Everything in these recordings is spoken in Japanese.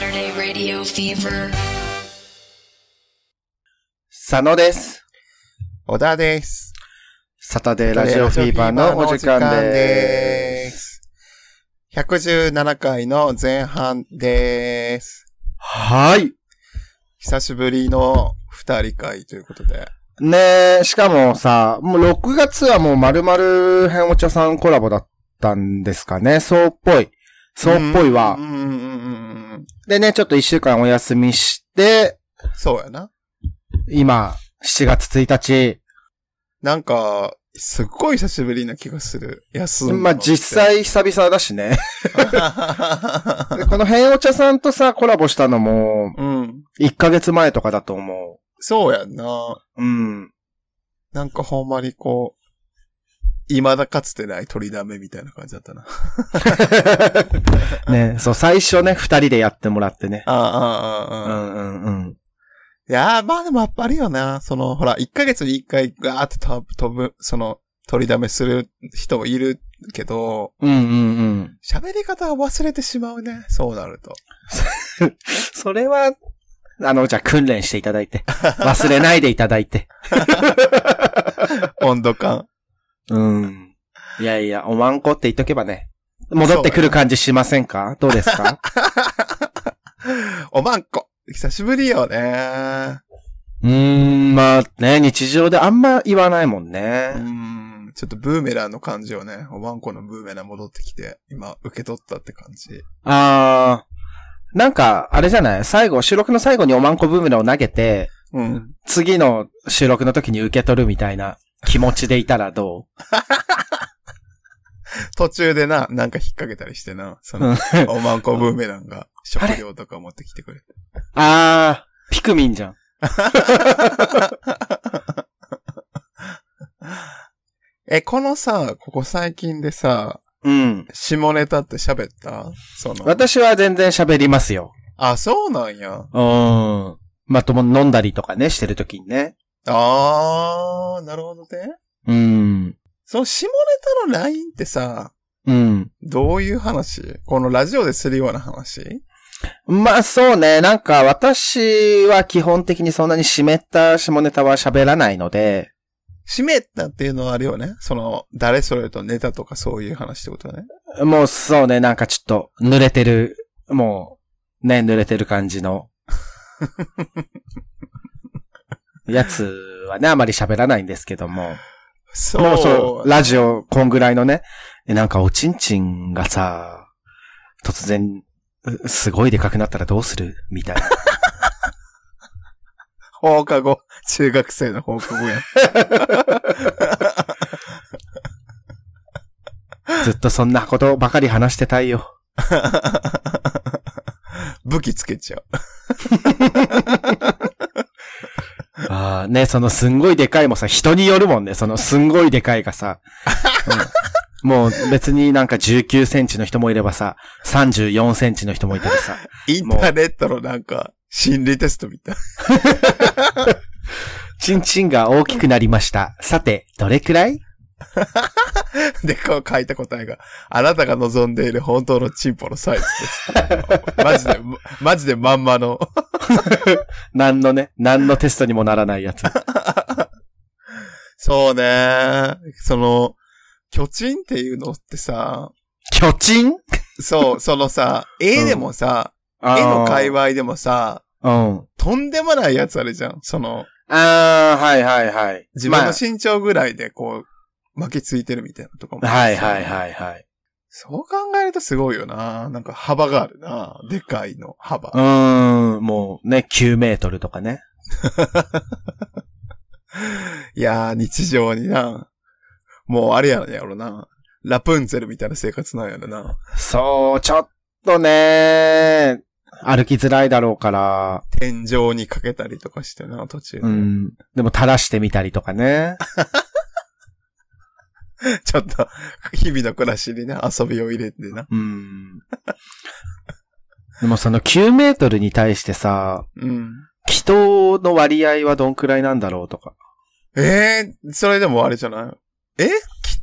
Radio Fever. 佐野です。小田です。サタデーラジオフィーバーのお時間でーす。す。117回の前半です。はい。久しぶりの二人会ということで。ねえ、しかもさ、もう6月はもう丸々変お茶さんコラボだったんですかね。そうっぽい。そうっぽいわうん。うんうんうんうん。でね、ちょっと1週間お休みして、そうやな。今、7月1日。なんか、すっごい久しぶりな気がする。休んだのってまあ、実。際久々だし ね。でこの変お茶さんとさ、コラボしたのも、うん。 1ヶ月前とかだと思そうやんな。う。うん。なんかほんまにこう、未だかつてない取りだめみたいな感じだったな。ね、そう、最初ね、二人でやってもらってね。ああ、ああ、ああう。んうんうん。いやー、まあでもやっぱあるよな。その、ほら、1ヶ月に1回ガーって飛ぶ飛ぶ、その、取りだめする人もいるけど、うんうんうん。喋り方が忘れてしまうね。そうなると。それは、あの、じゃあ訓練していただい て。忘れないでいただいて。温度感。 うん。いやいや、おまんこって言っとけばね。戻ってくる感じしませんかどうです かおまんこ。久しぶりよね。うーん、まあね、日常であんま言わないもんうね。ん。ちょっとブーメランの感じをね、おまんこのブーメラン戻ってきて、今、受け取ったって感じ。あー、なんか、あれじゃない最後、収録の最後におまんこブーメランを投げて、うん。次の収録の時に受け取るみたいな気持ちでいたらど途中でな、なんか引っ掛けたりしてな、そうのん、おまんこブーメランが、食あれ料とか持ってきてくれて。うあー、ピクミンじゃん。 え、このさ、ここ最近でさ、うん。下ネタって喋ったその。私は全然喋りますよ。あ、そうなんや。うん。まとも飲んだりとかね、してる時にね。あー、なるほどね。うん。その下ネタのラインってさ、うん。どういう話このラジオでするような話まあそうね、なんか私は基本的にそんなに湿った下ネタは喋らないので、湿ったっていうのはあるよね。その、誰それとネタとかそういう話ってことね。もうそうね、なんかちょっと濡れてる、もう、ね、濡れてる感じ の。やつはね、あまり喋らないんですけども。そう。もうそう、ラジオ、こんぐらいのね。えなんか、おちんちんがさ、突然、うすごいでかくなったらどうするみたいな。 放課後。中学生の放課後や。ずっとそんなことばかり話してたいよ。 武器つけちゃう。ああ、ね、そのすんごいでかいもさ、人によるもんね。そのすんごいでかいがさ。うんもう別になんか19センチの人もいればさ、34センチの人もいたりさ。インターネットのなんか、心理テストみたい。ちんちんが大きくなりました。さて、どれくらい で、こう書いた答えが、あなたが望んでいる本当のチンポのサイズ です。マジで、マジでまんまの。何のね、何のテストにもならないやつ。そうね。その、巨人っていうのってさ、巨人 そう、そのさ、絵でもさ、絵の界隈でもさ、うん。とんでもないやつあるじゃん。その、ああ、はいはいはい。自分の身長ぐらいでこう、巻きついてるみたいなとかも。まあはいはいはいはい。そう考えるとすごいよな。なんか幅があるな。でかいの、幅。うーん、もうね、9メートルとかね。いやー、日常にな。もうあれやろな。ラプンツェルみたいな生活なんやろな。そう、ちょっとね、歩きづらいだろうから、天井にかけたりとかしてな、途中で。うん。でも垂らしてみたりとかね。 ちょっと、日々の暮らしにね、遊びを入れてな。うん。でもその9メートルに対してさ、うん。祈祷の割合はどんくらいなんだろうとか。えー、それでもあれじゃないえ祈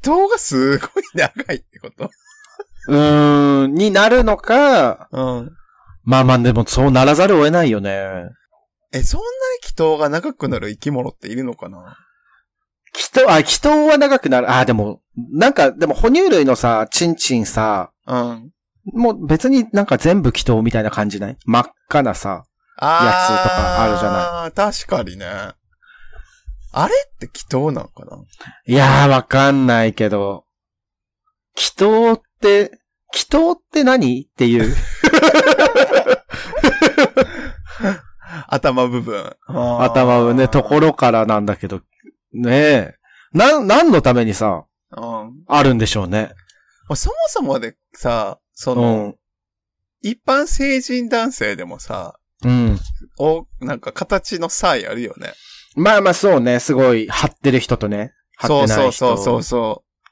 祷がすごい長いってことうーん、になるのか、うん。まあまあ、でもそうならざるを得ないよね。え、そんなに気筒が長くなる生き物っているのかな気筒、あ、気筒は長くなる。あ、でも、なんか、でも哺乳類のさ、チンチンさ、うん。もう別になんか全部気筒みたいな感じない真っ赤なさ。やつとかあるじゃない。確かにね。あれって気筒なのかないやー、わかんないけど。気筒って、気筒って何っていう。頭部分。頭のね、ところ。ろからなんだけど、ねえ。な、何のためにさ、うん。まあるんでしょうね。あそもそもでさ、そうの、ん。一般成人男性でもさ、うん。お、なんか形の差異あるよね。まあまあそうね、すごい張ってる人とね、張そっうてなそいう人。そうそうそう。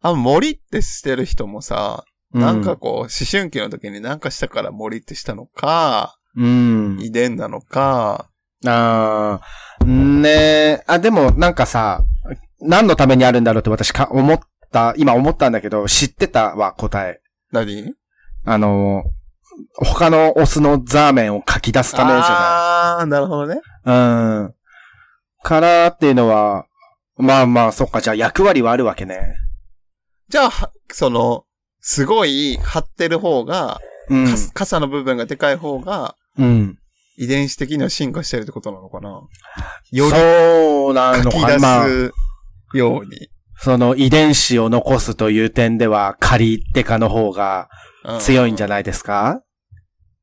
あ、森ってしてる人もさ、うんなんか、こう、思春期の時になんかしたから森ってしたのか、うん。遺伝なのか、あーねえ。あ、でもなんかさ、何のためにあるんだろうって私か思った、今思ったんだけど、知ってたわ、答え。何あの、他のオスのザーメンを書き出すためじゃあー、なるほどね。ないうん。からっていうのは、まあまあ、そっか、じゃあ役割はあるわけね。じゃあ、はその、すごい張ってる方が、うんか。傘の部分がでかい方が、うん。遺伝子的には進化してるってことなのかなよりそうな書のきかな。まあ出すように。その遺伝子を残すという点では、仮デカの方が強いんじゃないないですか、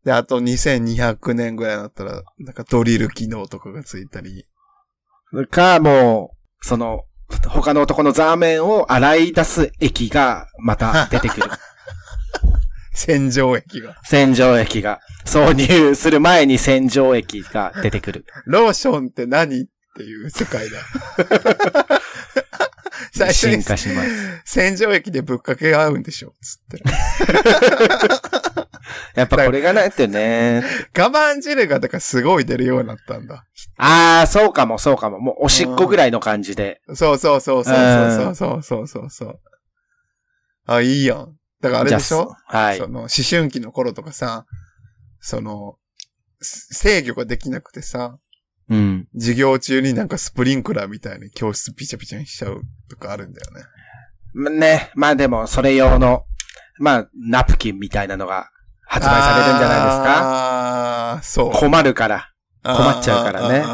で、あと2200年ぐらいになったら、なんかドリル機能とかがついたり。か、もう、その、他の男のザーメンを洗い出す液がま た出てくる。洗浄液が。洗浄液が。挿入する前に洗浄液が出てく る。ローションって何っていう世界だ。 最初進に化します。洗浄液でぶっかけ合うんでしょつって。やっぱこれがないとね。 我慢汁がだからすごい出るようになったんだ。あー、そうかも、そうかも。もうおしっこぐらいの感じで。そうそうそうそうそうそうそうそうそう。あ、いいやん。だからあれでしょじゃあはいそ。の、思春期の頃とかさ、その、す制御ができなくてさ、うん。授業中になんかスプリンクラーみたいに教室ピチャピチャにしちゃうとかあるんだよね。ね。まあでも、それ用の、まあ、ナプキンみたいなのが発売されるんじゃないですかああー、そう。困るから。困っちゃうからねね。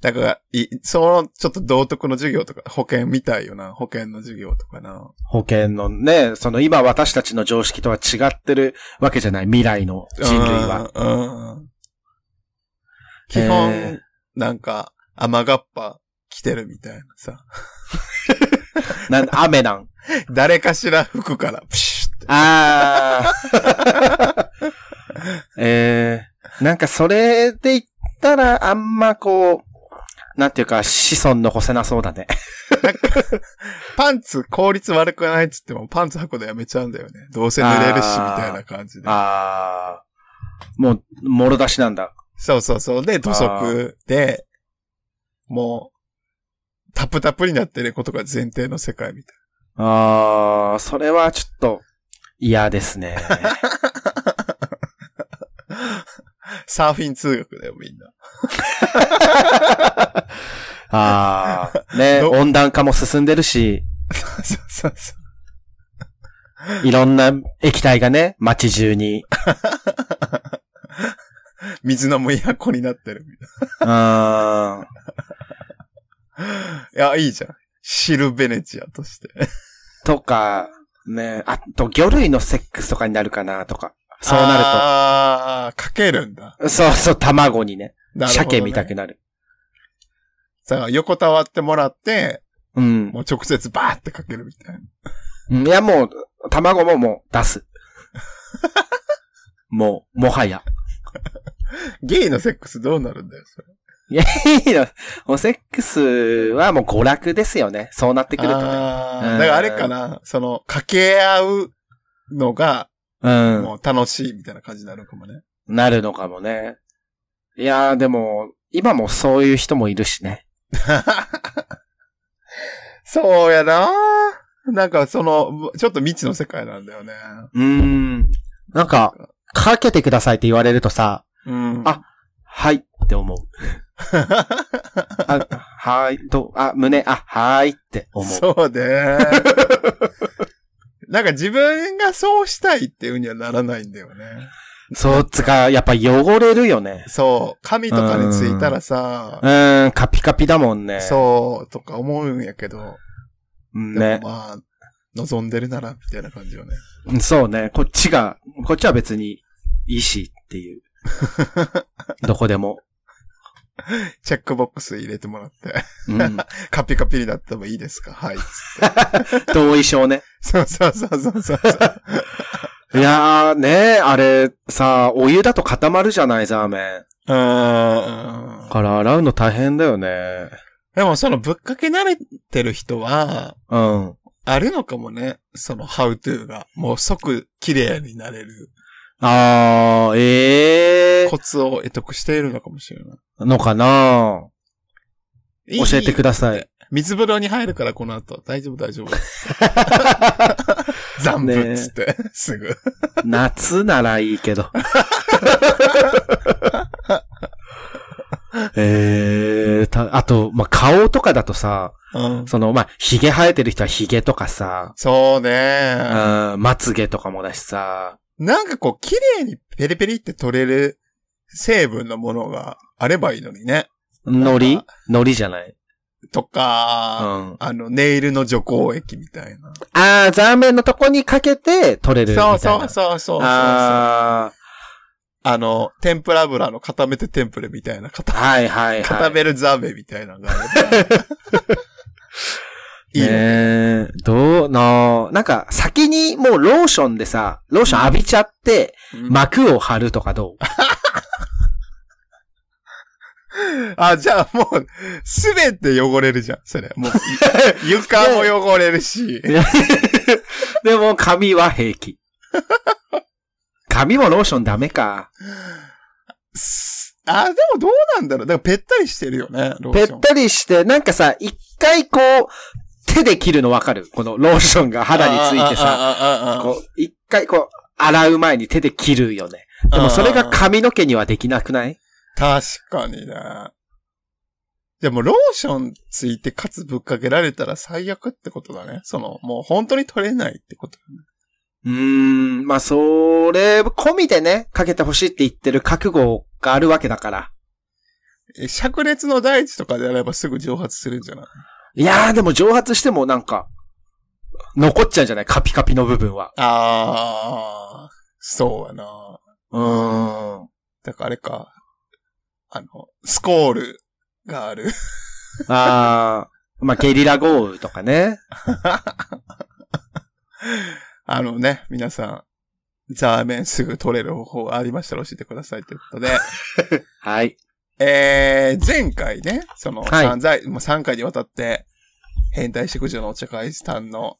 だから、い、その、ちょっと道徳の授業とか、保険みたいよな。保険の授業とかな。保険のね、その今私たちの常識とは違ってるわけじゃない、未来の人類は。うん。うん基本、えーなんか、雨がっぱ着てるみたいなさ。 なん雨なん。誰かしら服から、プシュって。ああ。 えー、なんかそれで言ったら、あんまこう、なんていうか、子孫残せなそうだね。パンツ効率悪くないっつっても、パンツ履くのやめちゃうんだよね。どうせ濡れるし、みあーたいな感じで。ああ。もう、もろ出しなんだ。そうそうそう。で、土足で、もう、タプタプになってることが前提の世界みたい。ああ、それはちょっと、嫌です ね。サーフィン通学だよ、みんな。 ああ。ね、ど温暖化も進んでるし、そうそうそう。いろんな液体がね、街中に。水の都になってるみたいうーん。な。いや、いいじゃん。シルベネチアとして。とか、ね、あと、魚類のセックスとかになるかな、とか。そうなああ、かけるんだ。ると。そうそう、卵にね、なるほど、ね。鮭みたくなる。さあ、横たわってもらって、うん。もう直接バーってかけるみたいな。いや、もう、卵ももう出す。 もう、もはや。 ゲイのセックスどうなるんだよ、それ。いや、いいの。おセックスはもう娯楽ですよね。そうなってくるとね。あうーんだからあれかな、その、掛け合うのが、うん。もう楽しいみたいな感じになるかもね。なるのかもね。いやーでも、今もそういう人もいるしね。そうやななんかその、ちょっと未知の世界なんだよね。うーん。なんか、かけてくださいって言われるとさ、うん。あはいって 思う。あ、はい、と、あ、胸、あ、はいって思う。そ うね。なんか自分がそうしたいっていうにはならないんだよね。そう、つか、やっぱ汚れるよね。そう。神とかについたらさう、ーん、カピカピだもんね。そう、とか思うんやけど、うん。でねも。まあ、望んでるなら、みたいな感じよね。うんそうね。こっちが、こっちは別にいいしっていう。 どこでも。チェックボックス入れてもらって、 うん。カピカピになってもいいですかはい。同意書ね。 そうそうそうそうそう。いやーねあれ、さ、お湯だと固まるじゃない、ザーメン。うーだ。んから洗うの大変だよね。でもそのぶっかけ慣れてる人は、うん。あるのかもね。その、ハウトゥーが。もう即、綺麗になれる。あー、ええコツを得得しているのかもしれない。ー、のかな教えてくだださい。水風呂に入るから、この後。大丈夫、大丈 夫。残布っつって、 すぐ。夏ならいいけど。 えー、た、あと、まあ、顔とかだとさ、うん。その、まあ、髭生えてる人は髭とかさ、そううね。ん、まつげとかもだしさ、なんかこう、綺麗にペリペリって取れる成分のものがあればいいのにね。のりなんのりじゃないとうん。か、ああの、ネイルの除光液みたいな。ー、ザーメンのとこにかけて取れるみたいそうな。そうそうそうそう。ああの、天ぷら油の固めてテンプレみたいな、ー、固はいはいは固い。めるザーベみたいなのがあれ ばいいねのえ、ね。どうな、なんか先にもうローションでさ、ローション浴びちゃって、うん膜を張るとかどう あ、じゃあもう、すべて汚れるじゃん、それ。 もう、い床も汚れるし。いやでも、髪は平気。髪もローションダメか。すあ、でもどうなんだろう。だから、ぺったりしてるよね、ロぺーっション。たりして、なんかさ、一回こう、手で切るのわかるこのローションが肌についてさ、さ。こう、一回こう、洗う前に手で切るよね。でもそれが髪の毛にはできなくない確かにね。でも、ローションついて、かつぶっかけられたら最悪ってことだね。その、もう本当に取れないってこと。うーん、まあ、それ、込みでね、かけてほしいって言ってる覚悟があるわけだから。え灼熱の大地とかであればすぐ蒸発するんじゃないいやー、でも蒸発してもなんか、残っちゃうんじゃないカピカピの部分は。ああ、そうやな。うーん。だからあれか、あの、スコールがある。 ああ、まあ、ゲリラ豪雨とかね。あのね、皆さん、ザーメンすぐ取れる方法ありましたら教えてくださいということで、はい。えー、前回ね、その、はい三在もう3回にわたって、変態食事のお茶会さんの、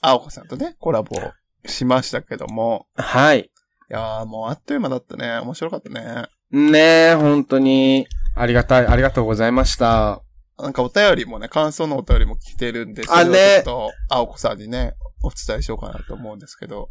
青子さんとね、コラボをしましたけども、はい。いやーもうあっという間だったね。面白かったね。ねえ、本当に、ありがたい、ありがとうございました。なんかお便りもね、感想のお便りも来てるんで、そあれねをちょっと、青子さんにね、お伝えしようかなと思うんですけど、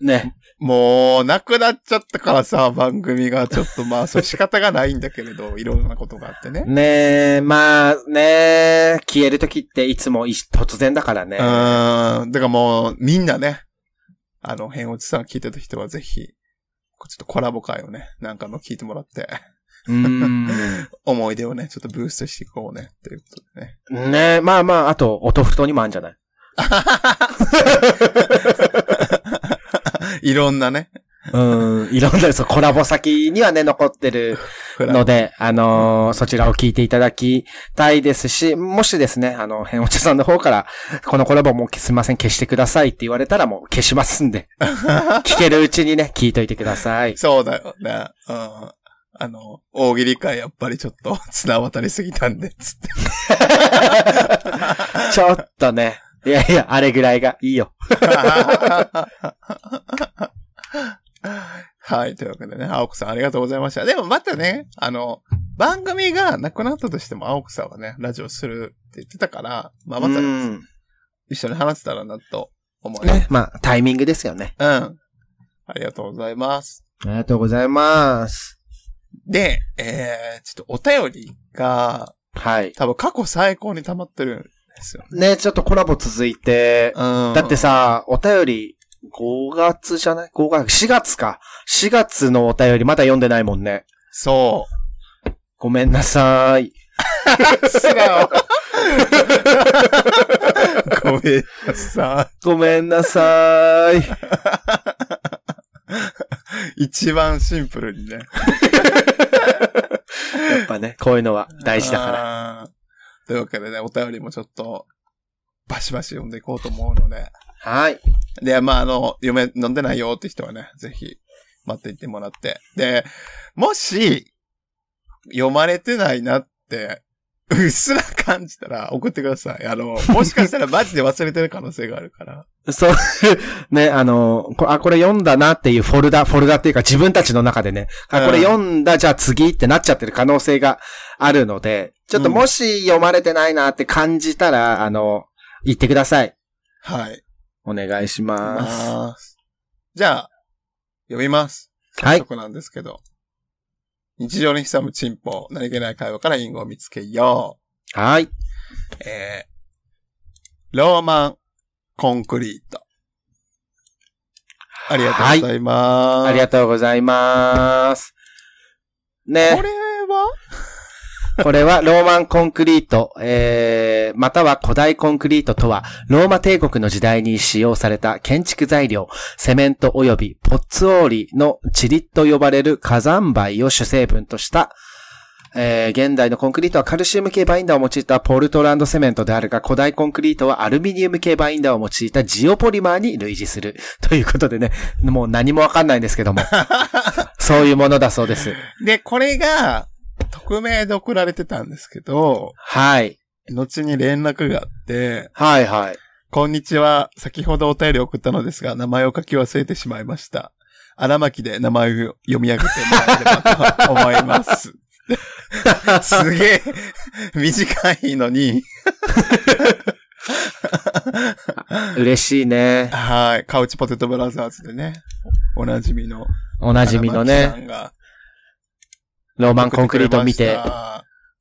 ね。もう、なくなっちゃったからさ、番組がちょっとまあ、 そう仕方がないんだけれど、いろんなことがあってね。ねえ、まあ、ねえ、消える時っていつもい突然だからねう。ーん、だからもう、みんなね、あの、変落ちさん聞いてた人はぜひ、ちょっとコラボ会をね、何回も聞いてもらって、うーん。ね思い出をね、ちょっとブーストしていこうね、ということでね。 え、まあまあ、あと、おとふとにもあるんじゃないいろんなね、うん。 いろんな、そう、コラボ先にはね、残ってるフラので、あのーそちらを聞いていただきたいですし、もしですね、あの、変お茶さんの方から、このコラボもうすいません、消してくださいって言われたらもう消しますん で、聞けるうちにね、聞いといてください。そうだよね。うん。あの、大喜利会やっぱりちょっと綱渡りすぎたんで、つって。 ちょっとね、いやいや、あれぐらいがいいよ。はい。というわけでね、青子さんありがとうございました。でもまたね、あの、番組がなくなったとしても青子さんはね、ラジオするって言ってたから、まあまた、うん一緒に話せたらなと思うね。ね。まあ、タイミングですよね。うん。ありがとうございます。ありがとうございます。で、えー、ちょっとお便りが、はい。多分過去最高に溜まってるんですよ。ね、ちょっとコラボ続いて、うん。だってさ、お便り、5月じゃない ?5 月、4月か。4月のお便りまだ読んでないもんね。そごめんなさーい。う。素直。 ごめんなさごめんなさー い。い。一番シンプルにね。やっぱね、こういうのは大事だから。ら。というわけでね、お便りもちょっと、バシバシ読んでいこうと思うので。はい。で、まあ、あの、嫁飲んでないよって人はね、ぜひ、待っていてもらって。で、もし、読まれてないなって、うっすら感じたら送ってください。あの、もしかしたらマジで忘れてる可能性があるから。そう、ね、あの、こあ、これ読んだなっていうフォルダ、フォルダっていうか自分たちの中でね、あ、これ読んだ、じゃあ次ってなっちゃってる可能性があるので、ちょっともし読まれてないなって感じたら、あの、言ってください。はい。お願いします。ますじゃあ、読みます。はい。曲なんですけど。日常に潜むチンポ、何気ない会話から因果を見つけよう。はい。えー、ローマンコンクリート。ありがとうございます。ありがとうございます。こね、れはこれはローマンコンクリート、えー、または古代コンクリートとは、ローマ帝国の時代に使用された建築材料、セメント及びポッツオーリのチリッと呼ばれる火山灰を主成分とした、えー、現代のコンクリートはカルシウム系バインダーを用いたポルトランドセメントであるが、古代コンクリートはアルミニウム系バインダーを用いたジオポリマーに類似する。ということでね、もう何もわかんないんですけども。そういうものだそうです。で、これが、匿名で送られてたんですけど、はい。後に連絡があって、はいはい。こんにちは。先ほどお便り送ったのですが、名前を書き忘れてしまいました。荒巻で名前を読み上げてもらえればと思い ます。すげえ、短いのに、嬉しいね。はい。カウチポテトブラザーズでね、おなじみの。おおなじみのね、。ローマンコンクリート見て、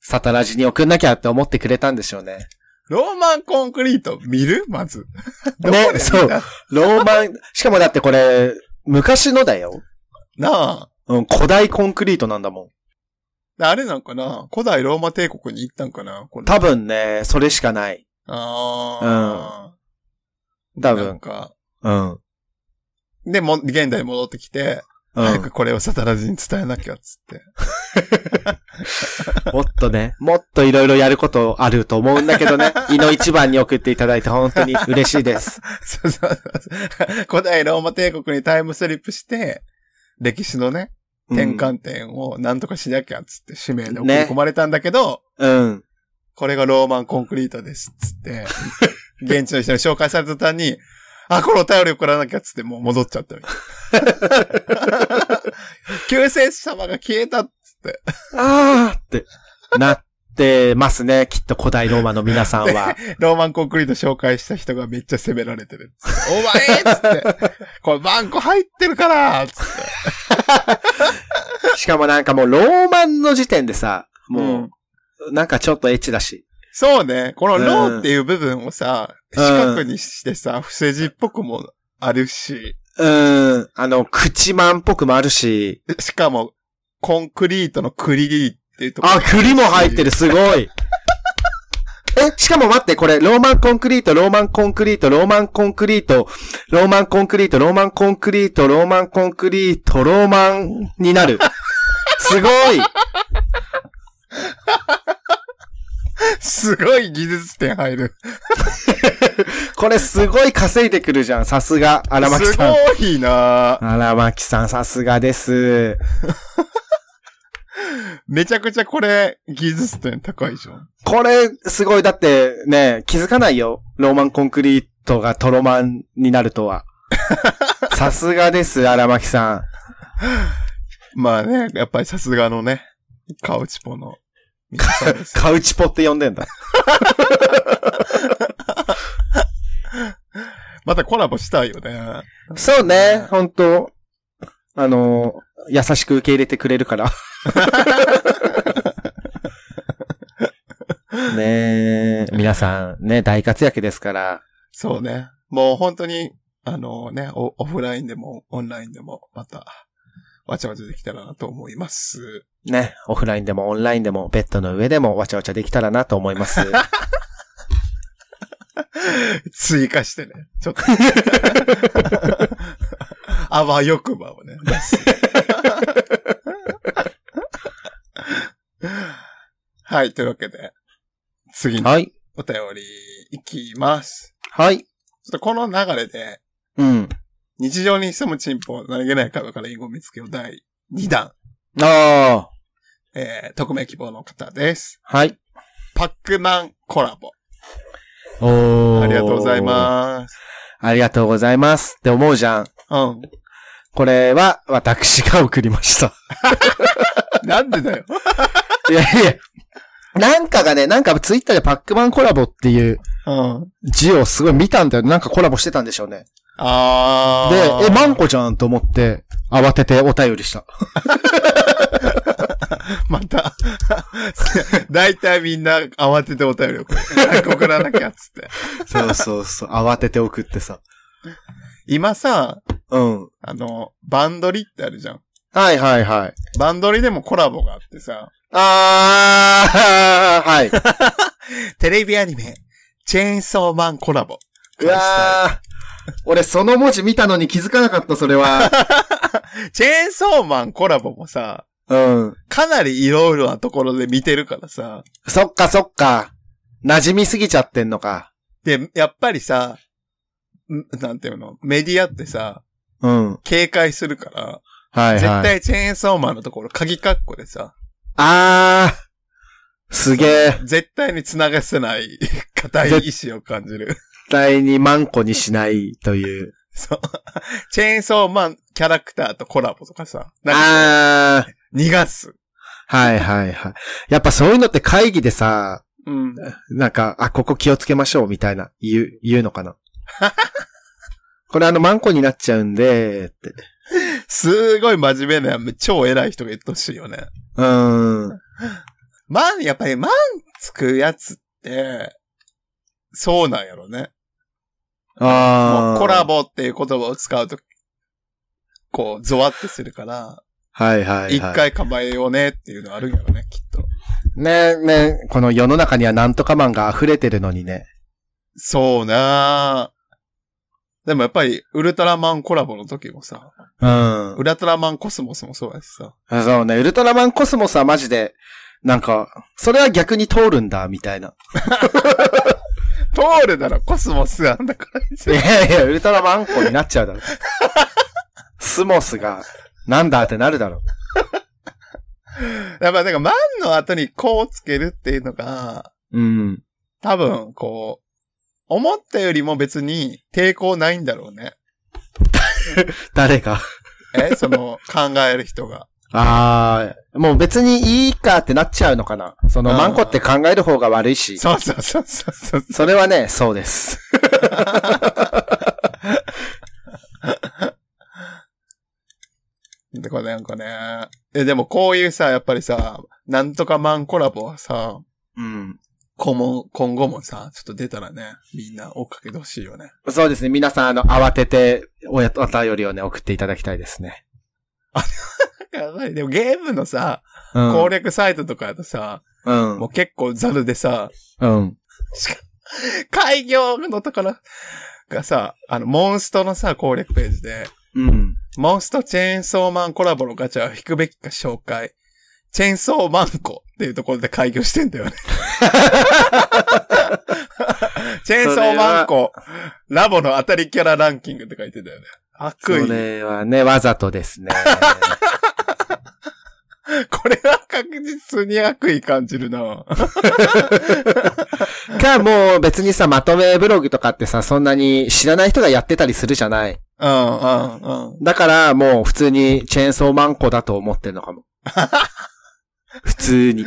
サタラジに送んなきゃって思ってくれたんでしょうね。ローマンコンクリート見るまず。どこで見ね、たそう。ローマン、しかもだってこれ、昔のだよ。なあ。うん、古代コンクリートなんだもあれなんかな古代ローマ帝国に行ったんかなこん。れ多分ね、それしかない。ああ。多な分ん。か。うん。うん。で、も、現代に戻ってきて、早くこれをサタラジに伝えなきゃっつって。 もっとね、もっといろいろやることあると思うんだけど ね、胃の一番に送っていただいて本当に嬉しいです。そうそうそうそう。古代ローマ帝国にタイムスリップして、歴史のね、うん転。換点を何とかしなきゃっつって使命で送り込まれたんだけど、うん。これがローマンコンクリートですっつ って、現地の人に紹介された途端に、あ、これお便り送らなきゃっつってもう戻っちゃったみたい な。救世主様が消えたっつって。あーってなってますね。きっと古代ローマの皆さんは。ローマンコンクリート紹介した人がめっちゃ責められてるっつ って。お前っつって。これバンコ入ってるからっつって。 しかもなんかもうローマンの時点でさ、もんう、なんかちょっとエッチだし。そうね。このローっていう部分をさ、うん四角にしてさ、不正字っぽくもあるし、うーん。あの、口マンっぽくもあるし。しかも、コンクリートのクリっていうところ。あ、栗も入ってる、すごい。え、しかも待って、これ、ローマンコンクリート、ローマンコンクリート、ローマンコンクリート、ローマンコンクリート、ローマンコンクリート、ローマンコンクリート、ローマンになる。すごいすごい技術点入る。これすごい稼いでくるじゃん。さすが、荒牧すさん。ごいな荒牧さん、さすがです。めちゃくちゃこれ、技術点高いじゃん。これ、すごい。だって、ね、気づかないよ。ローマンコンクリートがトロマンになると は。さすがです、荒牧さん。まあね、やっぱりさすがのね、カウチポの皆さんです。カウチポって呼んでんだ。またコラボしたいよね。そうね、本当あの、優しく受け入れてくれる から。ねえ、皆さんね、大活躍ですから。そうね。もう本当に、あのね、オオフラインでもオンラインでも、また、わちゃわちゃできたらなと思います。 ね、オフラインでもオンラインでも、ベッドの上でもわちゃわちゃできたらなと思い ます。追加してね、ちょっと。 あわよくばをね、出す。 はい、というわけで、次のはい。お便りいきます。はい。ちょっとこの流れで、うん。日常に潜むチンポを何気ない会話から隠語を見つけよう第2弾、ああ。えー、匿名希望の方です。はい。パックマンコラボ。おーありがとうございます。す。ありがとうございますって思うじゃん。うん。これは私が送りました。なんでだよ。 いやいや。なんかがね、なんかツイッターでパックマンコラボっていううん。字をすごい見たんだよね。なんかコラボしてたんでしょうね。あー。で、え、マンコじゃんと思って、慌ててお便りした。また、 だいたいみんな慌ててお便りを送る早く送らなきゃっつって。そうそうそう。慌てて送ってさ。今さ、うん。あの、バンドリってあるじゃん。はいはいはい。バンドリでもコラボがあってさ、あー、 はい。テレビアニメ、チェーンソーマンコラボ。うわ ー。俺その文字見たのに気づかなかった、それ は。チェーンソーマンコラボもさ、うん。かなりいろいろなところで見てるからさ、そっかそっか。馴染みすぎちゃってんのか。で、やっぱりさ、んなんていうの、メディアってさ、うん。はい警戒するから、はい。絶対チェーンソーマンのところ、鍵括弧でさ、あー。すげえ。絶対に繋がせない、 固い意志を感じる。絶対にマンコにしないという。そう。チェーンソーマンキャラクターとコラボとかさ、なんかあー。逃がす。はいはいはい。やっぱそういうのって会議でさ、うん。なんか、あ、ここ気をつけましょうみたいな、言う、言うのか な。これあの、マンコになっちゃうんで、って。すごい真面目な、超偉い人が言ってほしいよね。うーん。マン、やっぱりマンつくやつって、そうなんやろね。あもあ。うコラ。ボっていう言葉を使うと、こう、ゾワってするから、はいはい、はい。一。回構えようねっていうのあるんやろね、きっと。ねねこの世の中にはなんとかマンが溢れてるのにね。そうなぁ。でもやっぱり、ウルトラマンコラボの時もさ、うんウ。ルトラマンコスモスもそうやしさ。そうね、ウルトラマンコスモスはマジで、なんか、それは逆に通るんだ、みたいな。通るだろ、コスモスなんだから。いやいや、ウルトラマンコになっちゃうだろ。スモスが、なんだってなるだろ。やっぱなんか、マンの後にこうつけるっていうのが、うん。多分、こう、思ったよりも別に抵抗ないんだろうね。誰が。え、その、考える人 が。ああ、もう別にいいかってなっちゃうのかな。その、うんマンコって考える方が悪いし。そうそうそうそうそう。それはね、そうです。で、これなんかね。え、でもこういうさ、やっぱりさ、なんとかマンコラボはさ、うん。今も、今後もさ、ちょっと出たらね、みんな追っかけてほしいよね。そうですね。皆さん、あの、慌てて、おや、お便りをね、送っていただきたいですね。やばい。でもゲームのさ、うん。攻略サイトとかだとさ、うんもう。結構ザルでさ、うん。開業のところがさ、あの、モンストのさ、攻略ページで、うん。モンストチェーンソーマンコラボのガチャを引くべきか紹介。チェーンソーマンコっていうところで開業してん だよね。チェーンソーマンコ、ラボの当たりキャラランキングって書いてたよね。そ悪意。れはね、わざとですね。これは確実に悪意感じるな。か、もう別にさ、まとめブログとかってさ、そんなに知らない人がやってたりするじゃない。うん、うん、うん。だから、もう普通にチェーンソーマンコだと思ってるのかも。普通に。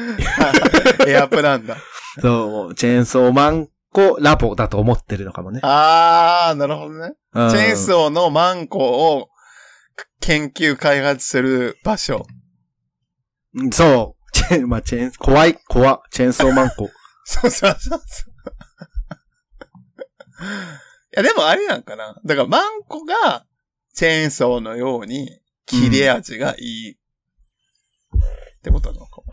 エアプランだ。そう、もうチェーンソーマンコラボだと思ってるのかもね。あー、なるほどね。チェチェーンソーのマンコを研究開発する場所。うんそう。チェーン、まあ、チェーン、怖い、怖、チェーンソーマンコ。そうそうそうそう。 いや、でもあれなんかな。だからマンコがチェーンソーのように切れ味がいいってことなのかも。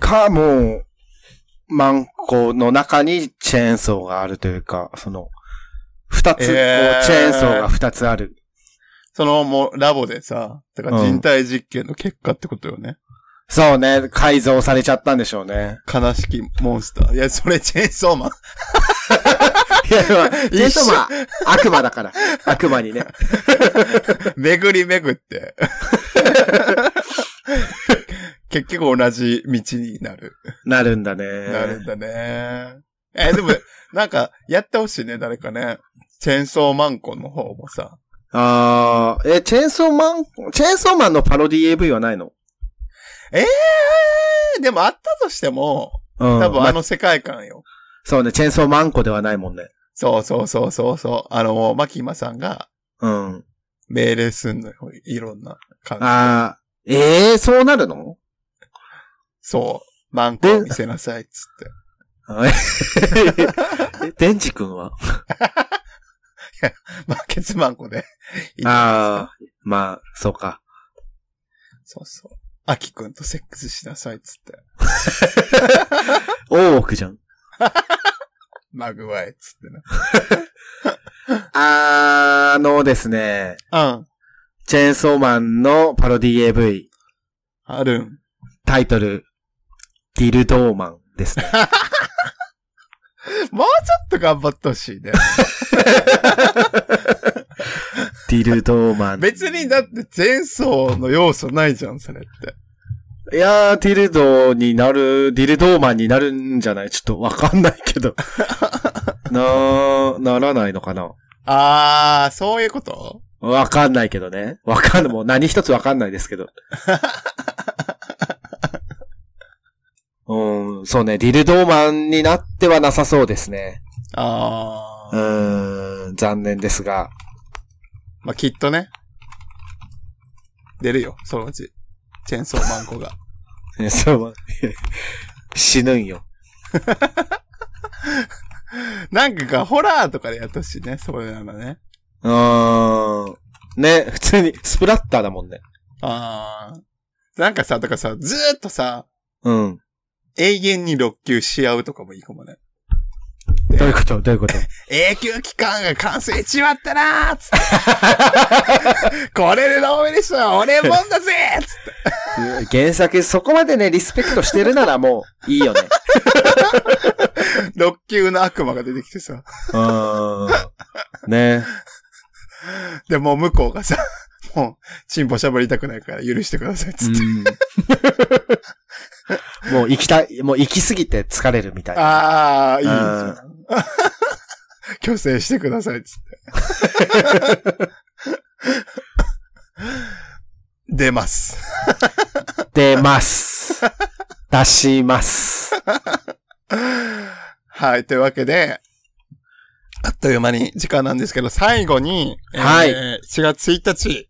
か、もう、マンコの中にチェーンソーがあるというか、その、二つ、こうチえーェーンソーが二つある。そのもうラボでさ、だから人体実験の結果ってことよね。そうね、改造されちゃったんでしょうね。悲しきモンスター。いや、それチェーンソーマン。 いや、 まあ、チェーン一ソ緒ーは悪魔だ から。悪魔にね。巡り巡って。 結局同じ道になる。なるんだね。なるんだね。えでも、なんか、やってほしいね、誰かね。チェーンソーマンコの方もさ。あー、え、チェーンソーマン、チェーンソーマンのパロディ AV はないのええでもあったとしても、うん。多分まああ、の世界観よ。そうね、チェーンソーマンコではないもんね。そうそうそうそうそう。あの、マキマさんがうん。命令すんのよ、いろんな感じ。あー、えー、そうなるのそう。マンコを見せなさい、っつって。 え、デンジ君はまあ、ケツマンコでいいんじゃないでああ、まあ、そうか。すか。そうそう。アキくんとセックスしなさい、っつって。大奥じゃん。マグワイ、っつってあのですね、な。うん。チェーンソーマンのパロディ AV、あるん。タイトル、ディルドーマンですね。もうちょっと頑張ってほしいね。ディルドーマン。別にだってチェーンソーの要素ないじゃん、それって。いやー、ディルドになる、ディルドーマンになるんじゃないちょっとわかんないけ ど。なー、ならないのかなあー、そういうことわかんないけどね。わかんない。もう何一つわかんないですけ ど。うん、そうね。ディルドーマンになってはなさそうですね。あうー。ーん、残念ですが。まあ、きっとね。出るよ、そのうち。チェーンソーマンコが。えそう、 死ぬんよ。なんかがホラーとかでやってほしいね、それならね。うーん。ね、普通に、スプラッターだもんね。あー。なんかさ、だからさ、ずーっとさ、うん。永遠に6級し合うとかもいいかもね。どういうことどういうこと永久期間が完成しちまったなーっつって。これでどうめでした俺もんだぜーっつって。原作、そこまでね、リスペクトしてるならもう、いい よね。 6級の悪魔が出てきてさ。うーん。ね。で、もう向こうがさ、 もう、チンポしゃぶりたくないから許してくださいっつって。うん。もう行きたい、もう行き過ぎて疲れるみたいな。ああ、いいじゃうんん。虚勢してくださいっつって。 出ます。出ます。出します。はい、というわけで、あっという間に時間なんですけど、最後に、えーはい7月1日、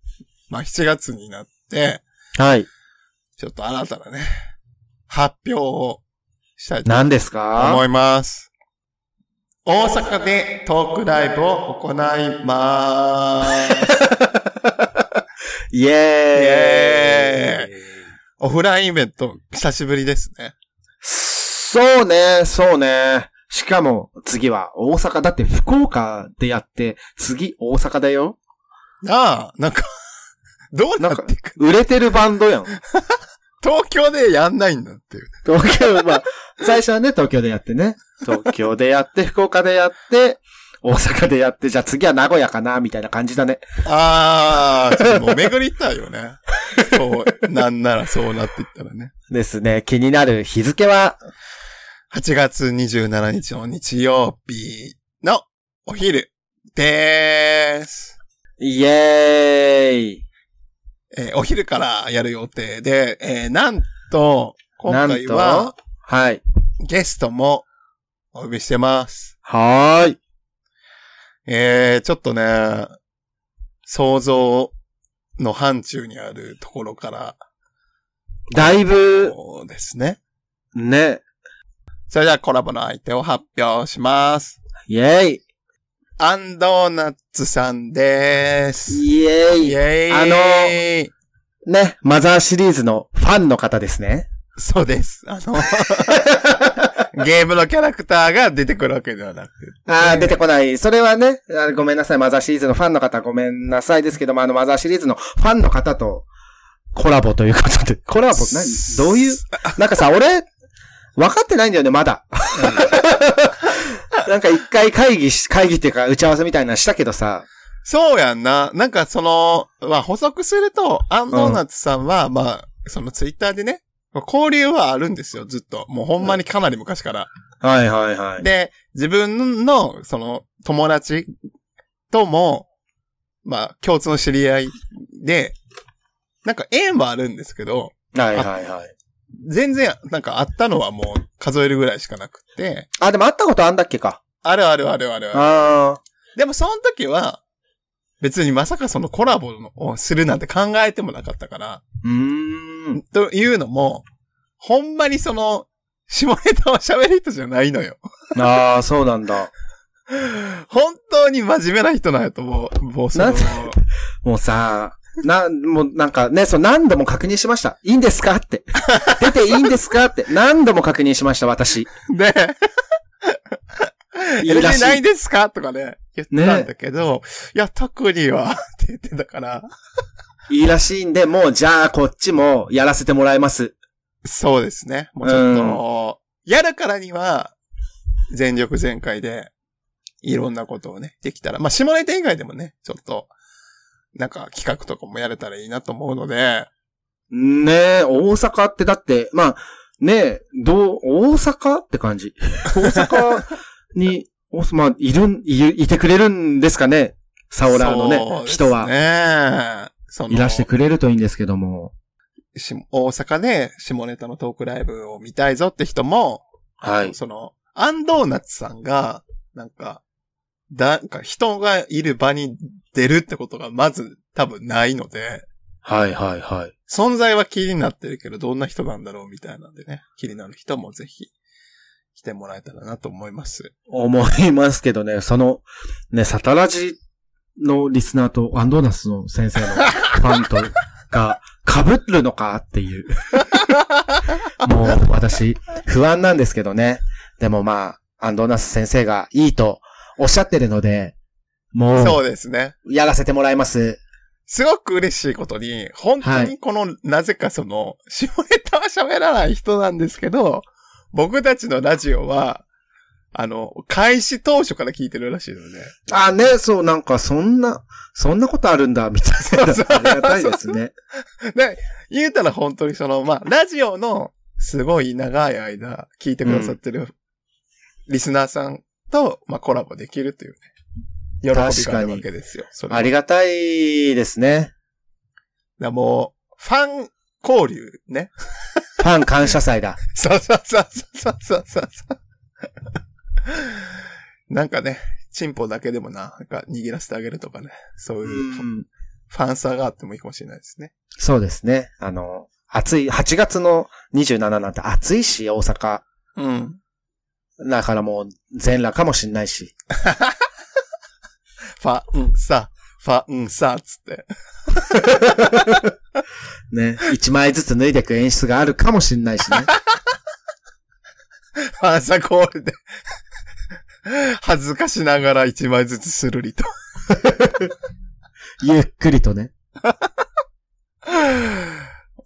まあ7月になって、はい。ちょっと新たなね、発表をしたいと思います何です思かいます。大阪でトークライブを行いまー す。イエーイイエオフラインイベント、久しぶりですね。そうね、そうね。しかも、次は大阪。だって福岡でやって、次大阪だよ。なあ、なんか、 どうなっていく売れてるバンドやん。東京でやんないんだっていう。東京、まあ、最初はね、東京でやってね。東京でやって、福岡でやって、大阪でやって、じゃあ次は名古屋かな、みたいな感じだね。あー、ちょっともう巡りたいよね。 そう、なんならそうなっていったらね。ですね。気になる日付は、 8月27日の日曜日のお昼でーす。イエーイえーお昼からやる予定で、えーなんと、今回なはんと、はい。ゲストもお呼びしてます。はーい。ええちょっとね、想像の範疇にあるところから、だいぶ、そうですね。ね。それではコラボの相手を発表します。イェイ。アンドーナツさんです。イイェイ。ェイ。あのー、ね。マザーシリーズのファンの方ですね。そうです。あ の、ゲームのキャラクターが出てくるわけではなくて。あえあ、え出てこない。それはね、あごめんなさい。マザーシリーズのファンの方ごめんなさいですけども、あの、マザーシリーズのファンの方とコラボということで。コラボ何どういうなんかさ、俺、分かってないんだよね、まだ。 なんか一回会議し、会議っていうか打ち合わせみたいなのしたけどさ、そうやんな。なんかその、まあ補足すると、アンドーナツさんは、まあ、そのツイッターでね、交流はあるんですよ、ずっと。もうほんまにかなり昔から。はいはいは。で、自分の、その、友達とも、まあ、共通の知り合いで、なんか縁はあるんですけど、はいはいはい。全然、なんかあったのはもう数えるぐらいしかなくて、あ、でも会ったことあんだっけか。あるあるあるあるある。あでもその時は、別にまさかそのコラボをするなんて考えてもなかったから、ー。うーん。というのも、ほんまにその、下ネタを喋る人じゃないのよ。ああ、そうなんだ。本当に真面目な人なんやと思う。もうそなのん、もうさ、な、もうなんかね、そう何度も確認しました。いいんですか って。出ていいんですかって何度も確認しました、私。で、いいらし LG ないい。ですかとかね、言ったんだけど、いや、特には、って言ってたから、いいらしいんで、もうじゃあこっちもやらせてもらいます。そうですね。もうちょっと、やるからには、全力全開で、いろんなことをね、できたら、まあ、下ネタ以外でもね、ちょっと、なんか企画とかもやれたらいいなと思うので、ねえ、大阪ってだって、まあ、ねえ、どう、大阪って感じ。大阪に、おまあ、いるん、い、いてくれるんですかねサオラーのそうね、です人は。ねそのいらしてくれるといいんですけども。し大阪で下ネタのトークライブを見たいぞって人も、はい。その、アンドーナツさんが、なんか、だ、なんか人がいる場に出るってことがまず多分ないので、はいはいはい。存在は気になってるけど、どんな人なんだろうみたいなんでね、気になる人もぜひ来てもらえたらなと思います。思いますけどね、その、ね、サタラジのリスナーとアンドーナスの先生のファンとが被るのかって いう。もう私、不安なんですけどね。でもまあ、アンドーナス先生がいいとおっしゃってるので、もそうですね。う、やらせてもらいます。すごく嬉しいことに、本当にこの、なぜかその、下ネタは喋らない人なんですけど、僕たちのラジオは、あの、開始当初から聞いてるらしいので、あ、ね、そう、なんかそんな、そんなことあるんだ、みたいな。ありがたいですね。言うたら本当にその、まあ、ラジオのすごい長い間聞いてくださってるリスナーさんと、まあ、コラボできるというね、喜びがあるわけですよ。それはありがたいですね。だからもう、ファン交流ね。ファン感謝祭だ。そうそうそうそうそうそうそう。なんかね、チンポだけでもな、なんか握らせてあげるとかね、そういうファンサーがあってもいいかもしれないですね。そうですね。あの、暑い、8月の27なんて暑いし、大阪。うん。だからもう、全裸かもしんないし。ファンサー、ファンサーっつって。 ね。1枚ずつ脱いでく演出があるかもしんないしね。ファンサーコールで。恥ずかしながら一枚ずつするりと。ゆっくりとね。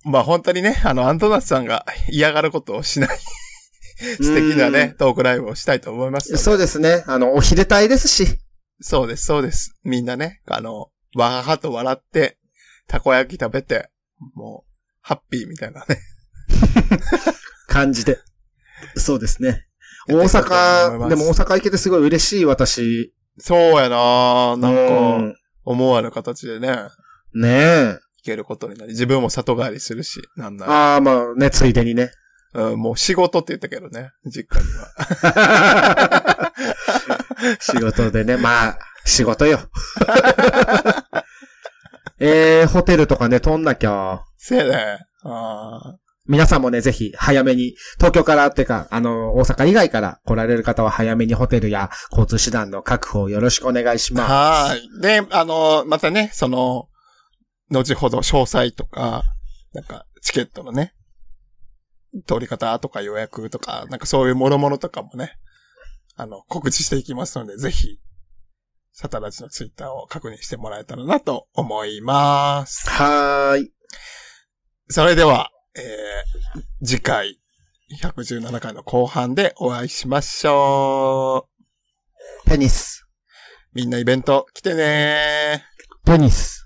まあ本当にね、あの、アントナスさんが嫌がることをしない、素敵なね、トークライブをしたいと思いますうのん。で。そうですね。あの、お昼帯ですし。そうです、そうです。みんなね、あの、わははと笑って、たこ焼き食べて、もう、ハッピーみたいなね。感じで。そうですね。 大やっていこうと思いま阪、すでも大阪行けてすごい嬉しい、私。そうやなぁなうんか、ん思わぬ形でね、行ねえ。けることになり、自分も里帰りするし、なんなら。ああ、まあね、ついでにね。うん、もう仕事って言ったけどね、実家には。 仕事でね、まあ、仕事よ。 えー、ホテルとかね、取んなきゃ。せやね。あ皆さんもね、ぜひ、早めに、東京からっていうか、あの、大阪以外から来られる方は早めにホテルや交通手段の確保をよろしくお願いしあ。まはい。で、あの、またね、その、後ほど詳細とか、なんか、チケットのね、取り方とか予約とか、なんかそういうもろもろとかもね、あの、告知していきますので、ぜひ、サタラジのツイッターを確認してもらえたらなと思います。す。はーい。それでは、えー、次回、117回の後半でお会いしましょう。ペニス。みんなイベント来てねー。ペニス。